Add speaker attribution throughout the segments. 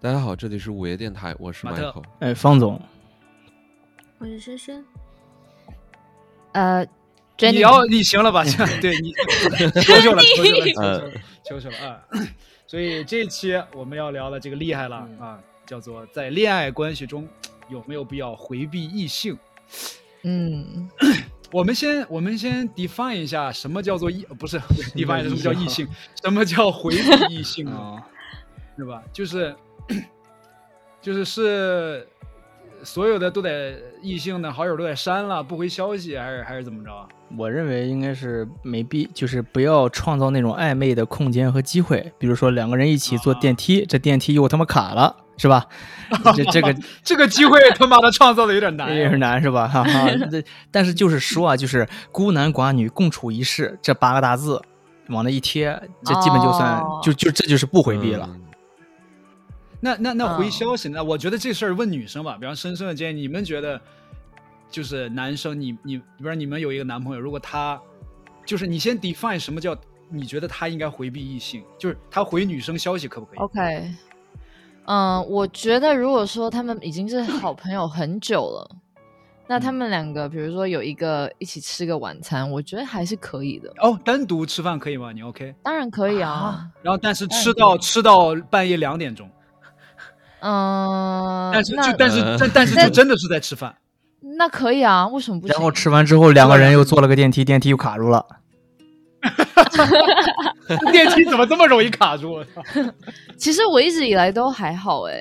Speaker 1: 大家好，这里是午夜电台，我是
Speaker 2: 马特
Speaker 1: Michael。
Speaker 3: 哎，方总，
Speaker 4: 我是深深，
Speaker 5: 呃
Speaker 2: 你
Speaker 5: ，Jenny，
Speaker 2: 要你行了吧？对你求求了，求求了
Speaker 1: 呃，
Speaker 2: 求求了，求求了啊！所以这一期我们要聊的这个厉害了啊，叫做在恋爱关系中有没有必要回避异性？
Speaker 5: 嗯，
Speaker 2: 我们先我们先 define 一下什么叫做异，呃不是 define 什么叫
Speaker 3: 异
Speaker 2: 异
Speaker 3: 性
Speaker 2: 性，什么叫回避异性啊？
Speaker 3: 啊，
Speaker 2: 对吧？就是，就是是所有的都得异性的好友都得删了，不回消息，还是还是怎么着啊？
Speaker 3: 我认为应该是没必，就是不要创造那种暧昧的空间和机会。比如说两个人一起坐
Speaker 5: 啊
Speaker 3: 电梯，这电梯又他妈卡了，是吧？这这 个
Speaker 2: 这个机会他妈的创造的有点难
Speaker 3: 有点
Speaker 2: 啊。
Speaker 3: 难是吧？哈哈， 这但是就是说啊，就是孤男寡女共处一室这八个大字往那一贴，这基本就算、
Speaker 5: 哦
Speaker 3: 就就这就是不回避了。
Speaker 1: 嗯
Speaker 2: 那那那回
Speaker 5: 嗯
Speaker 2: 消息呢？我觉得这事儿问女生吧，比方深深的建议，你们觉得就是男生，你你比方你们有一个男朋友，如果他就是你先 define 什么叫你觉得他应该回避异性，就是他回女生消息可不可以？
Speaker 5: OK，嗯，我觉得如果说他们已经是好朋友很久了，那
Speaker 3: 嗯
Speaker 5: 他们两个，比如说有一个一起吃个晚餐，我觉得还是可以的，
Speaker 2: 哦，单独吃饭可以吗？你 OK？
Speaker 5: 当然可以啊
Speaker 2: 啊。然后但是吃到吃到半夜两点钟。
Speaker 3: 啊
Speaker 5: 嗯，
Speaker 2: 但是
Speaker 5: 那
Speaker 2: 就但是
Speaker 1: 呃
Speaker 2: 但但是就真的是在吃饭，
Speaker 5: 那可以啊，为什么不行？啊
Speaker 3: 然后吃完之后，两个人又坐了个电梯，电梯又卡住了。
Speaker 2: 电梯怎么这么容易卡住？我操！
Speaker 5: 其实我一直以来都还好哎、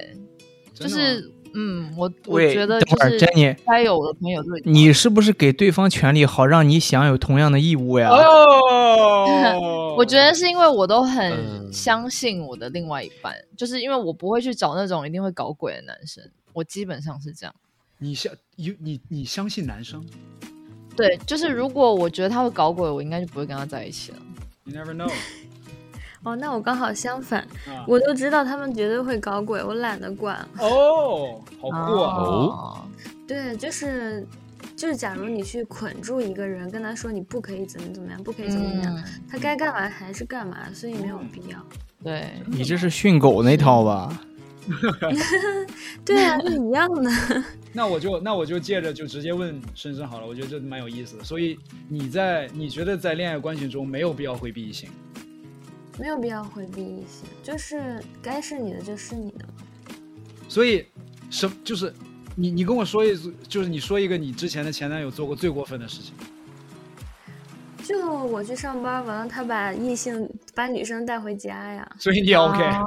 Speaker 5: 就
Speaker 2: 真的吗
Speaker 5: 是嗯，我我
Speaker 3: 喂
Speaker 5: 觉得
Speaker 3: 等
Speaker 5: 就
Speaker 3: 会儿
Speaker 5: 是
Speaker 3: Jenny
Speaker 5: 该有的朋友都已经
Speaker 3: 你是不是给对方权利，好让你享有同样的义务呀？
Speaker 2: 哦
Speaker 5: 我觉得是因为我都
Speaker 1: 嗯
Speaker 5: 很相信我的另外一半，就是因为我不会去找那种一定会搞鬼的男生，我基本上是这样。
Speaker 2: 你相你你你相信男生
Speaker 5: 对，就是如果我觉得他会搞鬼，我应该就不会跟他在一起了。
Speaker 2: ？You never know
Speaker 4: 哦，那我刚好相反，
Speaker 2: 啊。
Speaker 4: 我都知道他们绝对会搞鬼，我懒得管。
Speaker 2: 哦，好酷啊！
Speaker 1: 哦
Speaker 4: 对，就是就是，假如你去捆住一个人，跟他说你不可以怎么怎么样，不可以怎么怎么样，
Speaker 5: 嗯，
Speaker 4: 他该干嘛还是干嘛，所以没有必要。
Speaker 5: 对，
Speaker 3: 你这是训狗那套吧？
Speaker 4: 对啊，就一样的。
Speaker 2: 那我就那我就借着就直接问深深好了，我觉得这蛮有意思的。所以你在你觉得在恋爱关系中没有必要回避异性？
Speaker 4: 没有必要回避一些，就是该是你的就是你的嘛。
Speaker 2: 所以什就是你你跟我说一就是你说一个你之前的前男友做过最过分的事情。
Speaker 4: 就我去上班，完了他把异性把女生带回家呀，
Speaker 2: 所以你也
Speaker 5: 啊
Speaker 2: OK，、
Speaker 4: 哦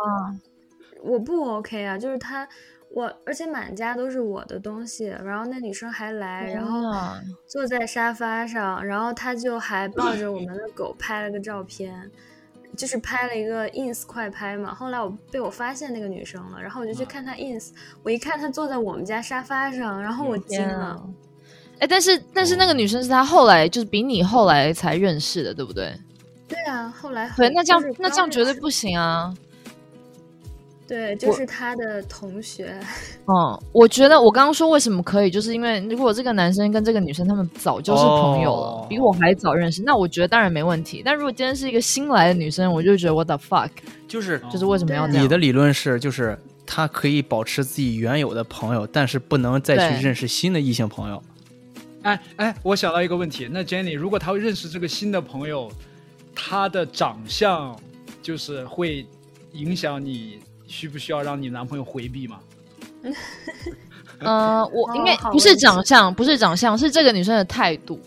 Speaker 4: 我不 OK 啊，就是他。我而且满家都是我的东西，然后那女生还来，然后坐在沙发上，然后他就还抱着我们的狗拍了个照片，就是拍了一个 ins 快拍嘛。后来我被我发现那个女生了，然后我就去看她 ins，我一看她坐在我们家沙发上，然后我惊
Speaker 5: 嗯天啊
Speaker 4: 了。！
Speaker 5: 哎，但是但是那个女生是他后来就是比你后来才认识的，对不对？
Speaker 4: 对啊，后来
Speaker 5: 对，那这样
Speaker 4: 就是
Speaker 5: 那这样
Speaker 4: 刚
Speaker 5: 绝对
Speaker 4: 认识
Speaker 5: 不行啊！
Speaker 4: 对，就是他的同学。
Speaker 5: 嗯，我觉得我刚刚说为什么可以，就是因为如果这个男生跟这个女生他们早就是朋友了，
Speaker 3: 哦
Speaker 5: 比我还早认识，那我觉得当然没问题。但如果今天是一个新来的女生，我就觉得 what the fuck，
Speaker 3: 就是
Speaker 5: 就是为什么要这样？
Speaker 3: 你的理论是，就是他可以保持自己原有的朋友，但是不能再去
Speaker 5: 对
Speaker 3: 认识新的异性朋友。
Speaker 2: 哎哎，我想到一个问题，那 Jenny 如果她认识这个新的朋友，她的长相就是会影响你需不需要让你男朋友回避吗？
Speaker 5: 呃，我
Speaker 4: 哦
Speaker 5: 应该
Speaker 4: 好
Speaker 5: 不是
Speaker 4: 问题
Speaker 5: 长相，不是长相，是这个女生的态度。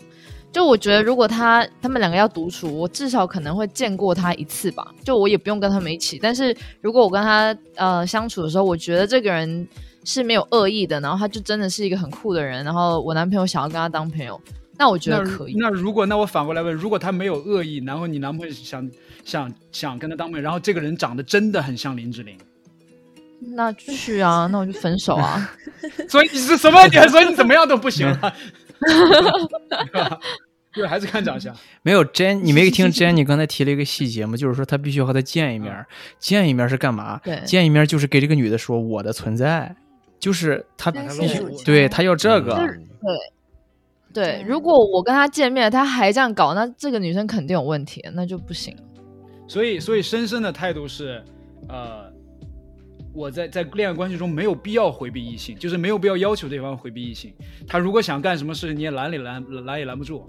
Speaker 5: 就我觉得，如果她他们两个要独处，我至少可能会见过她一次吧。就我也不用跟他们一起，但是如果我跟她呃相处的时候，我觉得这个人是没有恶意的，然后他就真的是一个很酷的人，然后我男朋友想要跟他当朋友，那我觉
Speaker 2: 那
Speaker 5: 得
Speaker 2: 如
Speaker 5: 可以。
Speaker 2: 那如果那我反过来问，如果他没有恶意，然后你男朋友想想想跟他当朋友，然后这个人长得真的很像林志玲，
Speaker 5: 那去啊，那我就分手 啊。
Speaker 2: 所以你是什么？你还说你怎么样都不行 了？对，还是看长相。
Speaker 3: 没有 Jen，你没听 Jen，你刚才提了一个细节吗？就是说他必须要和他见一面儿，见一面儿是干嘛？
Speaker 5: 对
Speaker 3: 见一面儿就是给这个女的说我的存在，就是嗯他
Speaker 4: 但
Speaker 2: 是
Speaker 3: 必须
Speaker 2: 我
Speaker 3: 对他要这
Speaker 1: 嗯
Speaker 3: 个。
Speaker 5: 对
Speaker 4: 对，
Speaker 5: 如果我跟他见面，他还这样搞，那这个女生肯定有问题，那就不行。
Speaker 2: 所以，所以深深的态度是，呃，我在在恋爱关系中没有必要回避异性，就是没有必要要求对方回避异性。他如果想干什么事，你也拦也拦拦也拦不住，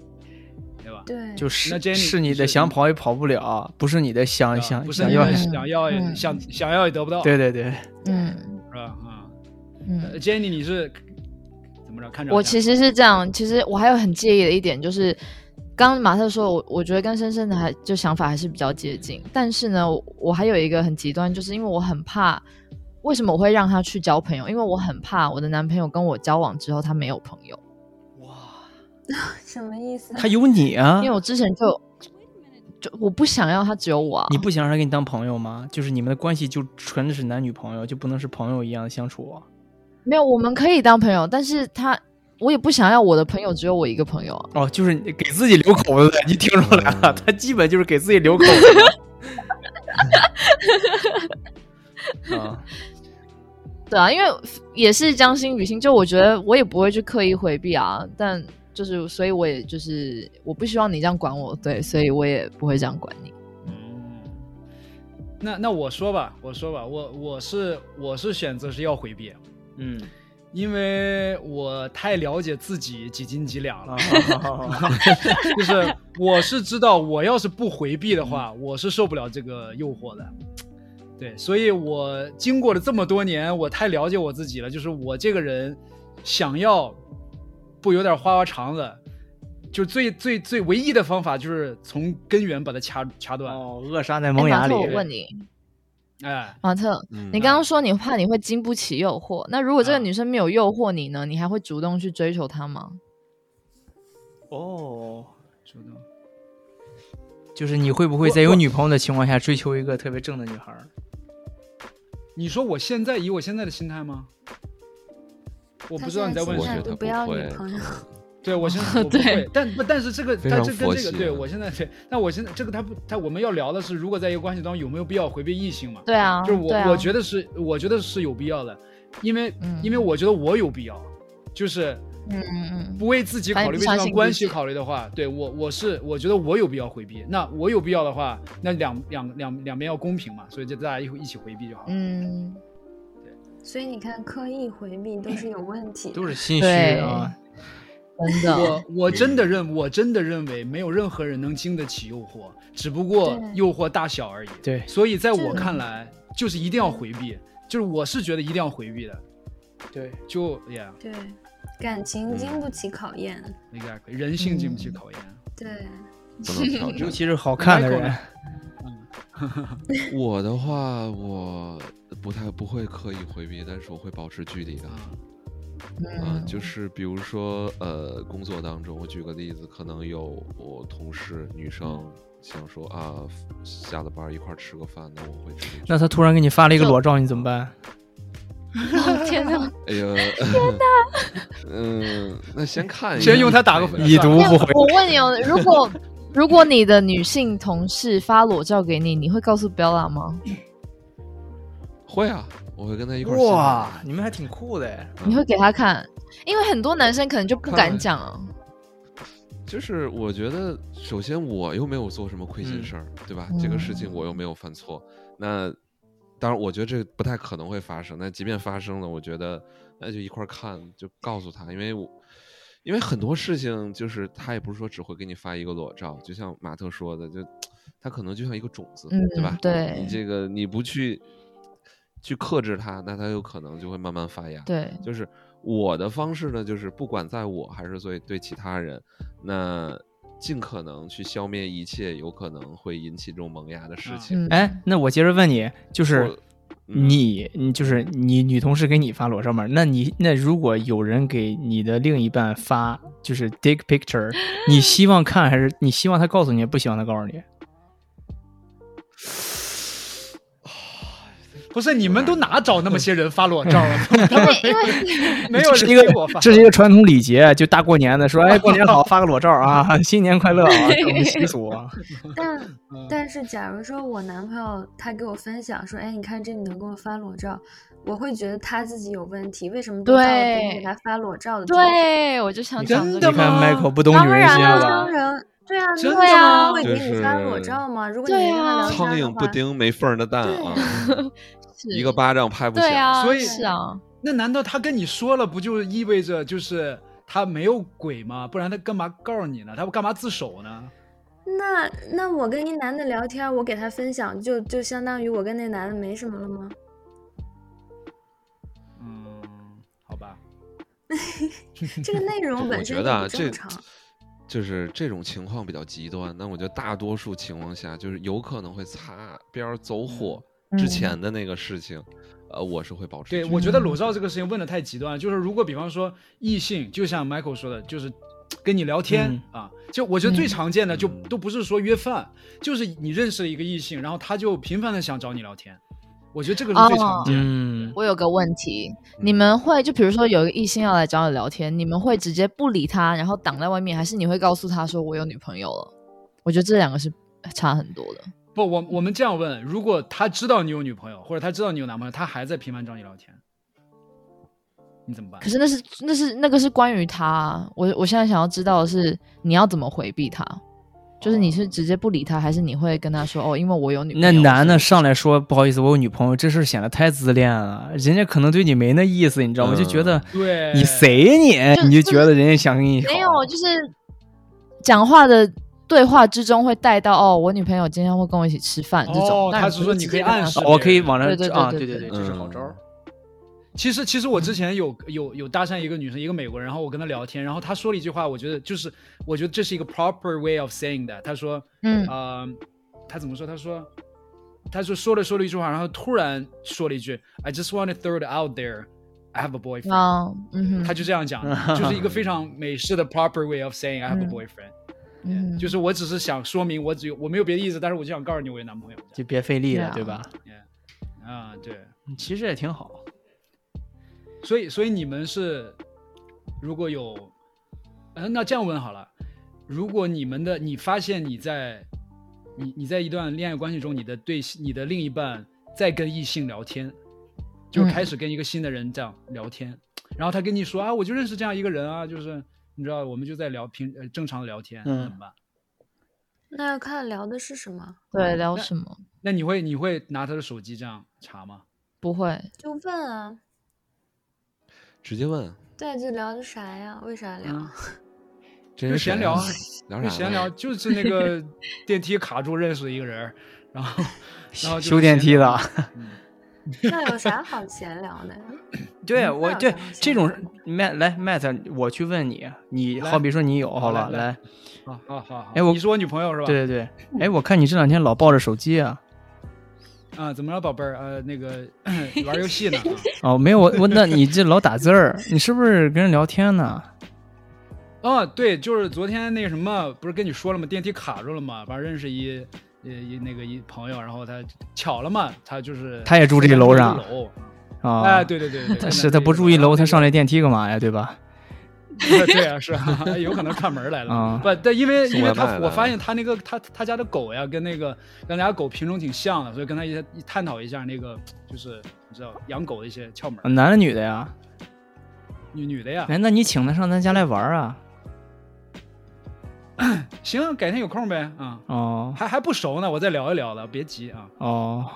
Speaker 2: 对吧？
Speaker 4: 对，
Speaker 3: 就
Speaker 2: 那
Speaker 3: 是
Speaker 2: Jenny，
Speaker 3: 是
Speaker 2: 你
Speaker 3: 你
Speaker 2: 是
Speaker 3: 的想跑也跑不了，不是你的想
Speaker 2: 啊
Speaker 3: 想
Speaker 2: 不是
Speaker 3: 想
Speaker 2: 你
Speaker 3: 要
Speaker 2: 们
Speaker 3: 也，
Speaker 2: 想要也
Speaker 5: 嗯
Speaker 2: 想想要也得不到，
Speaker 3: 对对对，
Speaker 5: 嗯
Speaker 2: 是吧？啊、
Speaker 5: 嗯
Speaker 2: 呃，Jenny 你是怎么着？看着
Speaker 5: 我其
Speaker 2: 实
Speaker 5: 实是这样，其实我还有很介意的一点就是，刚刚马特说我我觉得跟深深的还就想法还是比较接近，但是呢，我我还有一个很极端，就是因为我很怕，为什么我会让他去交朋友？因为我很怕我的男朋友跟我交往之后他没有朋友，
Speaker 4: 什么意思？
Speaker 3: 他有你啊
Speaker 5: 因为，我之前就就我不想要他只有我、啊，
Speaker 3: 你不想让他跟你当朋友吗？就是你们的关系就纯的是男女朋友，就不能是朋友一样相处啊？
Speaker 5: 没有我们可以当朋友，但是他我也不想要我的朋友只有我一个朋友啊。
Speaker 3: 哦，就是你给自己留口子，你听出来了，
Speaker 1: 嗯
Speaker 3: 他基本就是给自己留口子。 啊，
Speaker 5: 对啊，因为也是将心比心，就我觉得我也不会去刻意回避啊，但就是所以我也就是我不希望你这样管我，对，所以我也不会这样管你。
Speaker 2: 嗯，那那我说吧，我说吧，我我是我是选择是要回避，
Speaker 3: 嗯，
Speaker 2: 因为我太了解自己几斤几两了
Speaker 3: 啊，。好好好好
Speaker 2: 就是我是知道，我要是不回避的话，我是受不了这个诱惑的。对，所以我经过了这么多年，我太了解我自己了。就是我这个人，想要不有点花花肠子，就最最最唯一的方法就是从根源把它掐掐断。
Speaker 3: 哦，扼杀在
Speaker 5: 哎
Speaker 3: 萌芽
Speaker 5: 马
Speaker 3: 里
Speaker 5: 特，。我问你，
Speaker 2: 哎，
Speaker 5: 马特，
Speaker 1: 嗯
Speaker 5: 你刚刚说你怕你会经不起诱惑，那如果
Speaker 2: 啊
Speaker 5: 这个女生没有诱惑你呢，你还会主动去追求她吗？
Speaker 3: 哦，
Speaker 2: 主动
Speaker 3: 就是你会不会在有女朋友的情况下追求一个特别正的女孩儿？
Speaker 2: 你说我现在以我现在的心态吗？我
Speaker 4: 我
Speaker 2: 不知道你在问
Speaker 1: 我
Speaker 2: 什
Speaker 1: 觉
Speaker 2: 么
Speaker 1: 得。
Speaker 4: 都
Speaker 1: 不
Speaker 4: 不要
Speaker 1: 会
Speaker 4: 女朋友，
Speaker 2: 对，我现 在我不
Speaker 5: 对
Speaker 2: 会，但不，但是这个，
Speaker 1: 非
Speaker 2: 但
Speaker 1: 常
Speaker 2: 这跟
Speaker 1: 佛
Speaker 2: 这个，
Speaker 1: 系
Speaker 2: 对
Speaker 1: 啊
Speaker 2: 我现在，对，那我现在这个他不，他我们要聊的是，如果在一个关系当中有没有必要回避异性嘛？
Speaker 5: 对啊，
Speaker 2: 就是我、
Speaker 5: 对啊、
Speaker 2: 我觉得是，我觉得是有必要的，因为、
Speaker 5: 嗯
Speaker 2: 因为我觉得我有必要，就是
Speaker 5: 嗯嗯
Speaker 2: 不为自己考虑、为
Speaker 5: 反
Speaker 2: 这段
Speaker 5: 正你不相信自己
Speaker 2: 关系考虑的话，对我我是我觉得我有必要回避。那我有必要的话，那两两两两边要公平嘛，所以就大家一会一起回避就好了。
Speaker 5: 嗯
Speaker 4: 所以你看，刻意回避都是有问题的。
Speaker 3: 都是心
Speaker 5: 对
Speaker 3: 虚啊。
Speaker 5: 嗯，真的，
Speaker 2: 我我真的认，我真的认为没有任何人能经得起诱惑，只不过
Speaker 4: 对
Speaker 2: 诱惑大小而已。
Speaker 3: 对
Speaker 2: 所以在我
Speaker 4: 这
Speaker 2: 看来，就是一定要回避，就是我是觉得一定要回避的，
Speaker 3: 对，
Speaker 2: 就 yeah
Speaker 4: 对，感情经不起考验。
Speaker 2: exactly，人性经不起考验。
Speaker 4: 对，
Speaker 1: 不能挑
Speaker 3: 尤
Speaker 1: 战。
Speaker 3: 其是好看的
Speaker 2: Michael
Speaker 3: 人
Speaker 2: 呢，
Speaker 1: 我的话，我不太不会刻意回避，但是我会保持距离的。啊，
Speaker 5: 嗯，
Speaker 1: 就是比如说，呃，工作当中，我举个例子，可能有我同事女生想说啊，下了班儿一块儿吃个饭，那我会吃。
Speaker 3: 那他突然给你发了一个裸照，你怎么办？
Speaker 5: 哦天 哪，
Speaker 1: 哎呀，天哪！ 嗯，那先看一下，
Speaker 2: 先用它打个分
Speaker 1: 分。
Speaker 2: 已读
Speaker 5: 那我问你哦，如果如果你的女性同事发裸照给你，你会告诉 Bella 吗？
Speaker 1: 会啊，我会跟他一块儿吃饭。
Speaker 3: 哇，你们还挺酷的哎。
Speaker 5: 你会给她看？因为很多男生可能就不敢
Speaker 1: 看
Speaker 5: 讲啊。
Speaker 1: 就是我觉得，首先我又没有做什么亏心
Speaker 3: 嗯
Speaker 1: 事儿，对吧？这个事情我又没有犯错，
Speaker 5: 嗯
Speaker 1: 那当然，我觉得这不太可能会发生。那即便发生了，我觉得那就一块儿看，就告诉他，因为我因为很多事情就是他也不是说只会给你发一个裸照，就像马特说的，就他可能就像一个种子，
Speaker 5: 嗯
Speaker 1: 对吧？
Speaker 5: 对
Speaker 1: 你这个你不去去克制它，那它有可能就会慢慢发芽。
Speaker 5: 对，
Speaker 1: 就是我的方式呢，就是不管在我还是对对其他人，那尽可能去消灭一切有可能会引起这种萌芽的事
Speaker 2: 嗯
Speaker 1: 情。
Speaker 5: 嗯，
Speaker 3: 哎，那我接着问你，就是
Speaker 1: 嗯
Speaker 3: 你，你就是你女同事给你发裸照吗？那你那如果有人给你的另一半发就是 dick picture，你希望看还是你希望他告诉你，不希望他告诉你？
Speaker 2: 不是你们都哪找那么些人发裸照啊？他们
Speaker 5: 因 为
Speaker 2: 没有
Speaker 3: 这是
Speaker 2: 人
Speaker 3: 一个
Speaker 2: 给我发。
Speaker 3: 这是一个传统礼节，就大过年的说， 哎，过年好，发个裸照啊， 新年快乐啊，这种习俗啊。
Speaker 4: 但
Speaker 2: 嗯
Speaker 4: 但是，假如说我男朋友他给我分享说，哎，你看这女的给我发裸照，我会觉得他自己有问题，为什么都到了别人
Speaker 5: 对
Speaker 4: 给他发裸照的地步？
Speaker 5: 对，我就想讲
Speaker 2: 真
Speaker 5: 这
Speaker 2: 的
Speaker 3: 你
Speaker 5: 个
Speaker 3: 看
Speaker 2: 吗
Speaker 3: Michael 不懂女人心了吧
Speaker 4: 当？然，对啊，
Speaker 2: 真
Speaker 4: 为
Speaker 5: 的
Speaker 4: 什
Speaker 5: 吗
Speaker 4: 么会给你发裸照吗？如果你没跟他聊天
Speaker 5: 对啊
Speaker 4: 的
Speaker 1: 苍
Speaker 4: 话
Speaker 1: 蝇不叮没缝儿的蛋啊，
Speaker 5: 是
Speaker 1: 一个巴掌拍不响。
Speaker 5: 对啊，
Speaker 2: 所以
Speaker 5: 是啊，
Speaker 2: 那难道他跟你说了，不就意味着就是他没有鬼吗？不然他干嘛告诉你呢？他干嘛自首呢？
Speaker 4: 那那我跟一男的聊天，我给他分享，就就相当于我跟那男的没什么了吗？
Speaker 2: 嗯，好吧，
Speaker 4: 这个内 容
Speaker 1: 我
Speaker 4: 本
Speaker 1: 觉
Speaker 4: 身就
Speaker 1: 得啊，
Speaker 4: 不
Speaker 1: 这
Speaker 4: 正常。
Speaker 1: 就是这种情况比较极端。那我觉得大多数情况下，就是有可能会擦边儿走
Speaker 2: 嗯
Speaker 1: 火
Speaker 4: 嗯
Speaker 1: 之前的那个事情，呃，我是会保持距
Speaker 2: 对，
Speaker 1: 离。
Speaker 2: 我觉得裸照这个事情问的太极端了。就是如果比方说异性，就像 Michael 说的，就是跟你聊天、啊，就我觉得最常见的就
Speaker 1: 嗯
Speaker 2: 都不是说约饭，就是你认识了一个异性，然后他就频繁的想找你聊天，我觉得这个是最常见的。
Speaker 3: 嗯，
Speaker 5: 我有个问题，你们会就比如说有一个异性要来找你聊天，你们会直接不理他，然后挡在外面，还是你会告诉他说我有女朋友了？我觉得这两个是差很多的。
Speaker 2: 不，我我们这样问：如果他知道你有女朋友，或者他知道你有男朋友，他还在频繁找你聊天，你怎么办
Speaker 5: 可？是那是那是那个是关于他啊，我我现在想要知道的是你要怎么回避他，就是你是直接不理他，还是你会跟他说哦，因为我有女
Speaker 3: 哦
Speaker 5: 朋
Speaker 3: 那
Speaker 5: 友？
Speaker 3: 男的
Speaker 5: 所以
Speaker 3: 上来说不好意思，我有女朋友，这事儿显得太自恋了，人家可能对你没那意思，你知道吗？就觉得
Speaker 2: 嗯对，
Speaker 3: 你？谁你，
Speaker 5: 就
Speaker 3: 你就
Speaker 5: 就
Speaker 3: 觉得人家想跟你好
Speaker 5: 没有，就是讲话的对话之中会带到哦，我女朋友今天会跟我一起吃饭这种。
Speaker 2: 哦，
Speaker 5: 那
Speaker 2: 他
Speaker 5: 你
Speaker 2: 是
Speaker 5: 不
Speaker 2: 说
Speaker 5: 直
Speaker 2: 你
Speaker 5: 接
Speaker 2: 可以
Speaker 5: 跟他
Speaker 2: 暗
Speaker 5: 说
Speaker 2: 示
Speaker 3: 哦我可以
Speaker 2: 别人
Speaker 3: 往上
Speaker 5: 对对
Speaker 3: 指啊，
Speaker 5: 对
Speaker 3: 对
Speaker 5: 对
Speaker 3: 对，
Speaker 5: 对
Speaker 3: 这是好招儿。
Speaker 2: 嗯其实，其实
Speaker 5: 嗯
Speaker 2: 我之前有有有搭讪一个女生，一个美国人，然后我跟她聊天，然后她说了一句话，我觉得就是，我觉得这是一个 proper way of saying that。她说，
Speaker 5: 嗯
Speaker 2: 呃，她怎么说？她说，她说说了说了一句话，然后突然说了一句，I just want to throw it out there, I have a boyfriend。
Speaker 5: 啊，嗯
Speaker 2: 她
Speaker 5: 哼，
Speaker 2: 就这样 讲的，就是一个非常美式的 proper way of saying I have a boyfriend，、
Speaker 5: 嗯哼
Speaker 2: 就是我只是想说明我只有我没有别的意思，但是我就想告诉你我有男朋友。
Speaker 3: 就别费力了，
Speaker 5: 对啊
Speaker 3: 对吧？
Speaker 2: 啊、对。
Speaker 3: 其实也挺 好。
Speaker 2: 所以，所以你们是如果有，嗯，那这样问好了，如果你们的你发现你在你你在一段恋爱关系中，你的对你的另一半在跟异性聊天，就
Speaker 5: 嗯
Speaker 2: 开始跟一个新的人这样聊天，然后他跟你说啊，我就认识这样一个人啊，就是你知道，我们就在聊平呃正常聊天，那
Speaker 3: 嗯
Speaker 2: 怎么办？
Speaker 4: 那要看聊的是什么，
Speaker 5: 对聊什么
Speaker 2: 那你会你会拿他的手机这样查吗？
Speaker 5: 不会，
Speaker 4: 就问啊，
Speaker 1: 直接问，
Speaker 4: 对，就聊的啥呀？为啥聊？
Speaker 2: 嗯
Speaker 1: 这
Speaker 2: 就
Speaker 1: 人
Speaker 2: 闲
Speaker 1: 谁
Speaker 2: 聊
Speaker 1: 啊
Speaker 2: 啊
Speaker 1: 聊
Speaker 2: 就
Speaker 1: 啥？
Speaker 2: 闲聊，，就是那个电梯卡住认识的一个人儿，然 后然后就是
Speaker 3: 修电梯
Speaker 2: 闲
Speaker 3: 的
Speaker 2: 聊
Speaker 3: 啊，
Speaker 4: 那有啥好闲聊的呀？
Speaker 3: 对
Speaker 4: 嗯
Speaker 3: 我
Speaker 4: 那
Speaker 3: 对
Speaker 4: 咱们先
Speaker 3: 这种
Speaker 4: 看看
Speaker 3: 麦来麦子，我去问你，你
Speaker 2: 来
Speaker 3: 好比说你有好吧？
Speaker 2: 来来
Speaker 3: 来，
Speaker 2: 好啊好好好，
Speaker 3: 哎我
Speaker 2: 你是我女朋友是吧？
Speaker 3: 对对对，哎，我看你这两天老抱着手机啊。
Speaker 2: 啊，怎么了，宝贝儿？呃，那 个玩游戏呢？啊
Speaker 3: 哦，没有我我那你这老打字儿，你是不是跟人聊天呢？
Speaker 2: 哦，对，就是昨天那个什么，不是跟你说了吗？电梯卡住了嘛，反正认识一呃一那个一朋友，然后他巧了嘛，他就是
Speaker 3: 他也住这楼上
Speaker 2: 楼
Speaker 3: 啊，
Speaker 2: 哎，，对对对对，
Speaker 3: 但
Speaker 2: 跟
Speaker 3: 是
Speaker 2: 他
Speaker 3: 他不注意楼，他上
Speaker 2: 来
Speaker 3: 来电梯干嘛呀？对吧？
Speaker 2: 啊 对啊是啊，有可能串门来了
Speaker 3: 啊。
Speaker 2: 不，但因为
Speaker 1: 送
Speaker 2: 因为
Speaker 1: 外卖
Speaker 2: 他
Speaker 1: 来
Speaker 2: 我
Speaker 1: 了
Speaker 2: 发现他那个他他家的狗呀，跟那个跟咱家狗品种挺像的，所以跟他一些一探讨一下那个就是你知道养狗的一些窍门儿，
Speaker 3: 啊男的女的呀？
Speaker 2: 啊女女的呀。
Speaker 3: 哎，那你请他上咱家来玩儿啊？
Speaker 2: 行啊，改天有空呗啊。
Speaker 3: 哦
Speaker 2: 还还不熟呢，我再聊一聊了，别急 啊。
Speaker 3: 哦，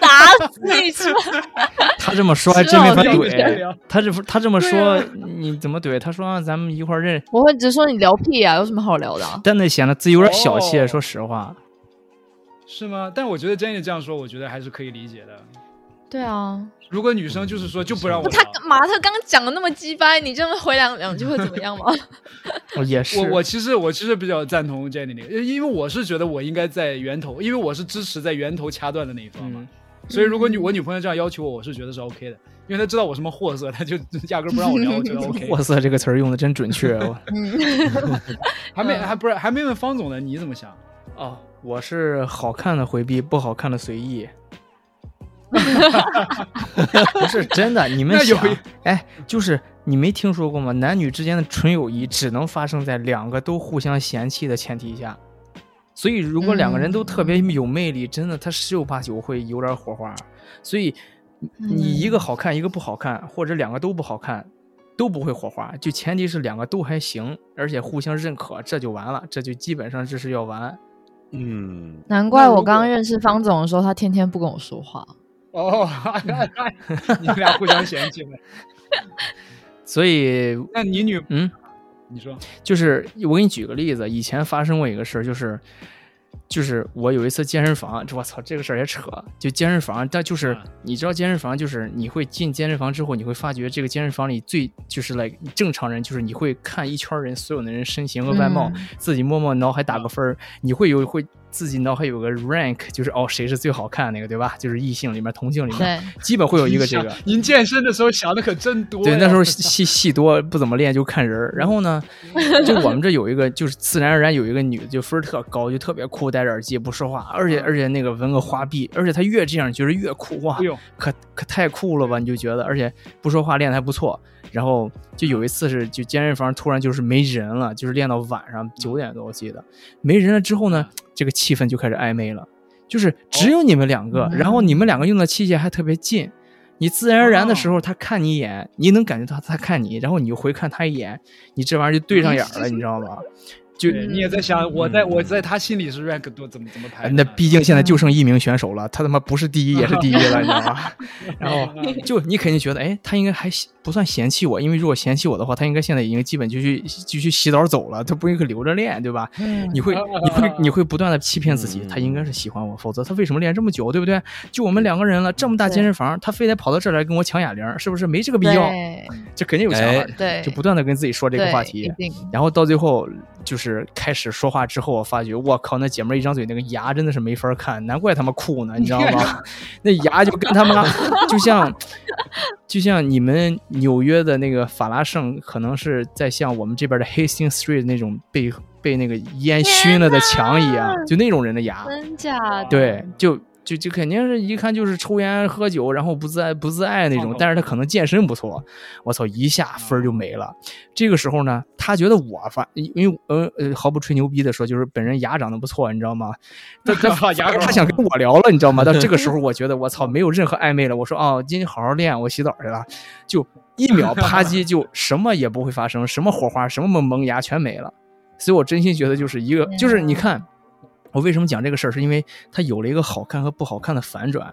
Speaker 5: 打死 你出来！
Speaker 3: 他这么说还真没法
Speaker 5: 知道你
Speaker 2: 在聊
Speaker 3: 怼，他这他这么说
Speaker 2: 对啊
Speaker 3: 你怎么怼？他说啊咱们一块儿认，
Speaker 5: 我会直说你聊屁啊，有什么好聊的啊、
Speaker 3: 但那显得自己有点小气
Speaker 2: 哦。
Speaker 3: 说实话，
Speaker 2: 是吗？但我觉得 Jenny 这样说，我觉得还是可以理解的。
Speaker 5: 对啊，
Speaker 2: 如果女生就是说就不让我
Speaker 5: 他
Speaker 2: 聊，
Speaker 5: 马特刚讲的那么鸡掰，你这么回两两句会怎么样吗？
Speaker 3: 哦也是
Speaker 2: 我我其实我其实比较赞同 Jenny 那个，因因为我是觉得我应该在源头，因为我是支持在源头掐断的那一方嘛。
Speaker 3: 嗯
Speaker 2: 所以如果女我女朋友这样要求我，我是觉得是 OK 的，因为她知道我什么货色，她就压根儿不让我聊，我觉得 OK。
Speaker 3: 货色这个词儿用的真准确。哦我
Speaker 2: 还没还不是还没问方总呢，你怎么想？
Speaker 3: 哦，我是好看的回避，不好看的随意。 不是真的，你们
Speaker 2: 那有
Speaker 3: 想，哎，就是你没听说过吗？男女之间的纯友谊只能发生在两个都互相嫌弃的前提下。所以，如果两个人都特别有魅力，真的他十有八九会有点火花。所以，你一个好看，一个不好看，或者两个都不好看，都不会火花。就前提是两个都还行，而且互相认可，这就完了，这就基本上这是要完。
Speaker 1: 嗯，
Speaker 5: 难怪
Speaker 2: 如
Speaker 5: 我
Speaker 2: 果
Speaker 5: 刚刚认识方总的时候，他天天不跟我说话。
Speaker 2: 哦， 你们俩互相嫌弃 呗？
Speaker 3: 所以，
Speaker 2: 那你女，
Speaker 3: 嗯，
Speaker 2: 你说，
Speaker 3: 就是我给你举个例子，以前发生过一个事儿，就是就是我有一次健身房，我操，这个事儿也扯。就健身房，但就是
Speaker 2: 嗯
Speaker 3: 你知道健身房，就是你会进健身房之后，你会发觉这个健身房里最就是来、正常人，就是你会看一圈儿人所有的人身形和外貌，自己默默脑海打个分儿，你会有会自己脑海有个 rank，就是哦谁是最好看的那个，对吧？就是异性里面、同性里面，
Speaker 5: 对，
Speaker 3: 基本会有一个这个。
Speaker 2: 您健身的时候想的可真多呀。
Speaker 3: 对，那时候戏戏多，不怎么练，就看人儿。然后呢，
Speaker 2: 哎
Speaker 3: 就我们这有一个，就是自然而然有一个女的，就分儿特高，就特别酷，戴着耳机不说话，而且而且那个纹个花臂，而且她越这样觉得越啊酷哇
Speaker 2: 哎，呦，
Speaker 3: 可可太酷了吧？你就觉得，而且不说话练的还不错。然后就有一次是就健身房突然就是没人了，就是练到晚上九点多我记得，没人了之后呢，这个气氛就开始暧昧了，就是只有你们两个，然后你们两个用的器械还特别近。你自然而然的时候，他看你一眼，你能感觉到他看你，然后你又回看他一眼，你这玩意儿就对上眼儿了，你知道吗？就
Speaker 2: 对你也在想，我在我在他心里是 rank 多，怎么怎么排？
Speaker 3: 嗯哎那毕竟现在就剩一名选手了，他他妈不是第一也是第一了，你知道吗？然后就你肯定觉得，哎，他应该还不算嫌弃我，因为如果嫌弃我的话，他应该现在已经基本就去就去洗澡走了，他不应该留着练，对吧？
Speaker 5: 嗯
Speaker 3: 你会你会你会不断的欺骗自己，
Speaker 1: 嗯
Speaker 3: 他应该是喜欢我，否则他为什么练这么久，对不对？就我们两个人了，这么大健身房，他非得跑到这儿来跟我抢哑铃，是不是没这个必要？
Speaker 5: 对哎
Speaker 3: 这肯定有想法的，
Speaker 5: 对，
Speaker 3: 就不断的跟自己说这个
Speaker 5: 对
Speaker 3: 话题。
Speaker 5: 一定
Speaker 3: 然后到最后就是开始说话之后，我发觉我靠，那姐妹一张嘴那个牙真的是没法看，难怪他妈酷呢，你知道吗？那牙就跟他妈就像就像你们纽约的那个法拉盛，可能是在像我们这边的 Hastings Street 那种被被那个烟熏了的墙一样，就那种人的牙，
Speaker 5: 真假
Speaker 2: 哦
Speaker 5: 的
Speaker 3: 对，就。就就肯定是一看就是抽烟喝酒，然后不自爱不自爱那种
Speaker 2: 放，
Speaker 3: 但是他可能健身不错，我操，一下分儿
Speaker 2: 哦
Speaker 3: 就没了。这个时候呢，他觉得我发，因为呃呃，毫不吹牛逼的说，就是本人牙长得不错，你知 道吗？他他
Speaker 2: 牙长得
Speaker 3: 他想跟我聊了，你知道吗？到这个时 候，我觉得我操，没有任何暧昧了。我说哦，今天好好练，我洗澡去了，就一 秒啪叽，就什么也不会发生，什么火花，什么萌萌芽全没了。所以我真心觉得就是一个，就是你看，我为什么讲这个事儿，是因为它有了一个好看和不好看的反转，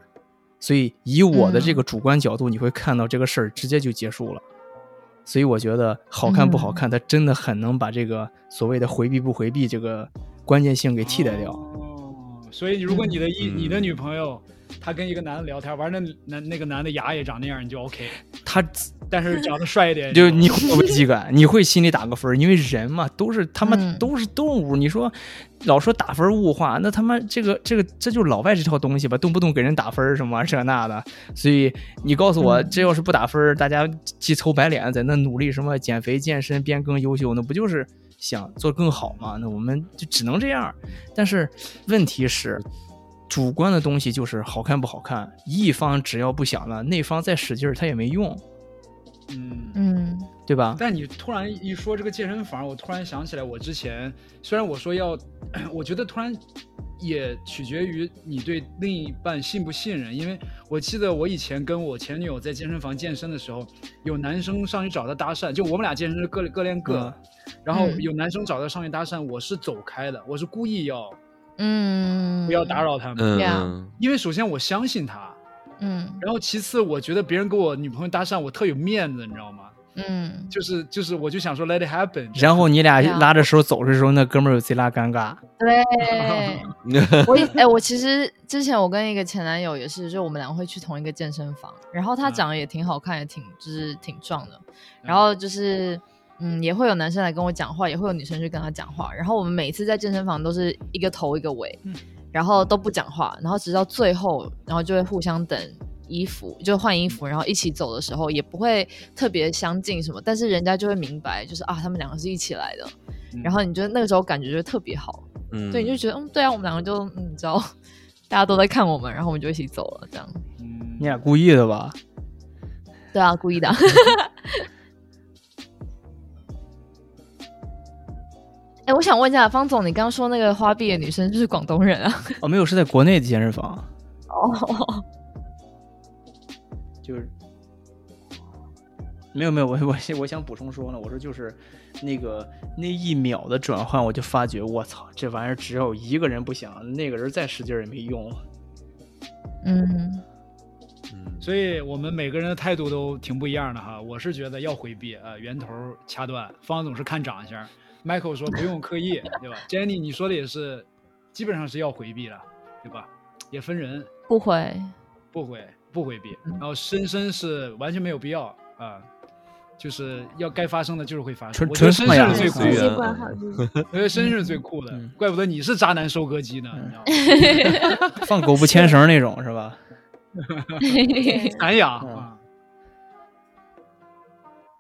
Speaker 3: 所以以我的这个主观角度，你会看到这个事儿直接就结束了。所以我觉得好看不好看，它真的很能把这个所谓的回避不回避这个关键性给替代掉。
Speaker 2: 哦，所以如果你的一
Speaker 1: 嗯
Speaker 2: 你的女朋友，她跟一个男的聊天，完了那男那个男的牙也长那样，你就 OK，
Speaker 3: 它
Speaker 2: 但是长得帅一点，
Speaker 3: 就你会有危机感，你会心里打个分儿，因为人嘛都是他妈
Speaker 5: 嗯
Speaker 3: 都是动物，你说老说打分儿物化，那他妈这个这个这就是老外这套东西吧，动不动给人打分儿什么这那的，所以你告诉我，这要是不打分儿，大家既愁白脸，在那努力什么减肥健身变更优秀，那不就是想做更好吗？那我们就只能这样。但是问题是。主观的东西就是好看不好看，一方只要不想了，那方再使劲儿他也没用，
Speaker 2: 嗯。
Speaker 5: 嗯，
Speaker 3: 对吧？
Speaker 2: 但你突然一说这个健身房，我突然想起来，我之前虽然我说要， 我觉得突然也取决于你对另一半信不信任。因为我记得我以前跟我前女友在健身房健身的时候，有男生上去找她搭讪，就我们俩健身是各各练各，
Speaker 3: 嗯
Speaker 2: 然后
Speaker 5: 嗯
Speaker 2: 有男生找她上去搭讪，我是走开的，我是故意要
Speaker 5: 嗯，
Speaker 2: 不要打，扰他们，
Speaker 1: 嗯
Speaker 4: 啊
Speaker 5: Yeah
Speaker 1: 嗯
Speaker 2: 因为首先我相信他，
Speaker 5: 嗯
Speaker 2: 然后其次我觉得别人跟我女朋友搭讪，我特有面子，你知道吗？
Speaker 5: 嗯，
Speaker 2: 就是就是，我就想说 let it happen。
Speaker 3: 然后你俩
Speaker 5: 对啊
Speaker 3: 拉着手走的时候，那哥们儿有贼拉尴尬。
Speaker 5: 对，我以哎、我其实之前我跟一个前男友也是，就我们俩会去同一个健身房，然后他
Speaker 2: 嗯
Speaker 5: 长得也挺好看，也挺就是挺壮的，然后就是嗯，也会有男生来跟我讲话，也会有女生去跟他讲话。然后我们每一次在健身房都是一个头一个尾，然后都不讲话，然后直到最后，然后就会互相等衣服，就换衣服，然后一起走的时候也不会特别相近什么，但是人家就会明白，就是啊，他们两个是一起来的。
Speaker 2: 嗯
Speaker 5: 然后你就那个时候感觉就特别好，
Speaker 1: 嗯，
Speaker 5: 对，你就觉得嗯，对啊，我们两个就嗯，你知道，大家都在看我们，然后我们就一起走了，这样。
Speaker 2: 嗯
Speaker 3: 你俩故意的吧？
Speaker 5: 对啊，故意的。 哎，我想问一下方总，你刚刚说那个花臂的女生就是广东人啊？
Speaker 3: 哦，没有，是在国内的健身房，
Speaker 5: 哦，
Speaker 3: 就是没有没有，我我我想补充说呢，我说就是那个那一秒的转换，我就发觉我操，这玩意儿只要一个人不想，那个人再使劲儿也没用。
Speaker 5: 嗯，
Speaker 1: 嗯，
Speaker 2: 所以我们每个人的态度都挺不一样的哈。我是觉得要回避，呃，源头掐断。方总是看长相，Michael 说不用刻意， 对吧？Jenny 你说的也是，基本上是要回避了，对吧？也分人，
Speaker 5: 不会，
Speaker 2: 不回不回避。
Speaker 3: 嗯
Speaker 2: 然后深深是完全没有必要啊、就是要该发生的就是会发生。
Speaker 3: 纯
Speaker 2: 我觉得深
Speaker 3: 纯放
Speaker 2: 深
Speaker 3: 养
Speaker 2: 是最
Speaker 3: 自
Speaker 2: 酷
Speaker 1: 己
Speaker 2: 的，
Speaker 1: 管
Speaker 4: 管
Speaker 1: 好
Speaker 4: 好自己。
Speaker 2: 我觉得深深是最酷的，
Speaker 3: 嗯
Speaker 2: 怪不得你是渣男收割机呢，你知道吗？
Speaker 3: 放狗不牵绳那种是吧？
Speaker 2: 散养
Speaker 3: 嗯
Speaker 2: 啊，